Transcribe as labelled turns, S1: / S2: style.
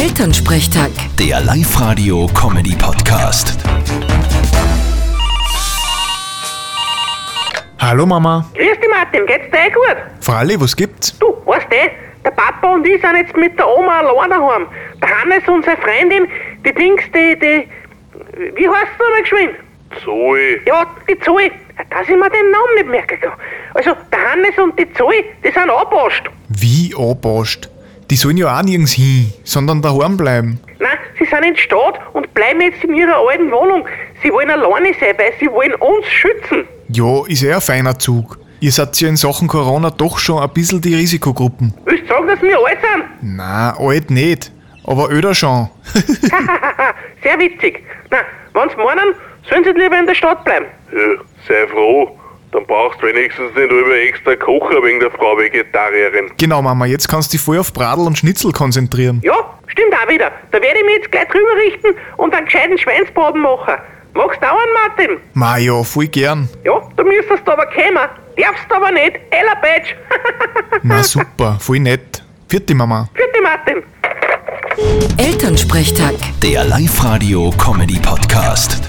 S1: Elternsprechtag.
S2: Der Live-Radio-Comedy-Podcast.
S3: Hallo Mama.
S4: Grüß dich, Martin, geht's dir eh gut?
S3: Fralli, was gibt's?
S4: Du, weißt eh, der Papa und ich sind jetzt mit der Oma allein daheim. Der Hannes und seine Freundin, die Dings, die, die, wie heißt sie nochmal geschwind?
S5: Zoe,
S4: Ja, die Zoe, dass ich mir den Namen nicht merken kann. Also, der Hannes und die Zoe, die sind abwascht.
S3: Wie anpasst? Die sollen ja auch nirgends hin, sondern daheim bleiben.
S4: Nein, sie sind in der Stadt und bleiben jetzt in ihrer alten Wohnung. Sie wollen alleine sein, weil sie wollen uns schützen.
S3: Ja, ist eh ein feiner Zug. Ihr seid ja in Sachen Corona doch schon ein bisschen die Risikogruppen.
S4: Willst du sagen, dass wir alt sind?
S3: Na, alt nicht. Aber öder schon.
S4: Hahaha, sehr witzig. Na, wenn's meinen, sollen sie lieber in der Stadt bleiben.
S5: ja, sei froh, dann brauchst wenigstens nicht über extra kochen wegen der Frau Vegetarierin.
S3: genau, Mama, jetzt kannst du dich voll auf Bradel und Schnitzel konzentrieren.
S4: Ja, stimmt auch wieder. Da werde ich mich jetzt gleich drüber richten und einen gescheiten Schweinsbraten machen. Magst du auch einen, Martin?
S3: Ma ja, voll gern.
S4: Ja, du müsstest aber kommen. Darfst aber nicht. Ella Batch.
S3: Na super, voll nett. Vierte Mama.
S4: Vierte Martin.
S1: Elternsprechtag.
S2: Der Live-Radio-Comedy-Podcast.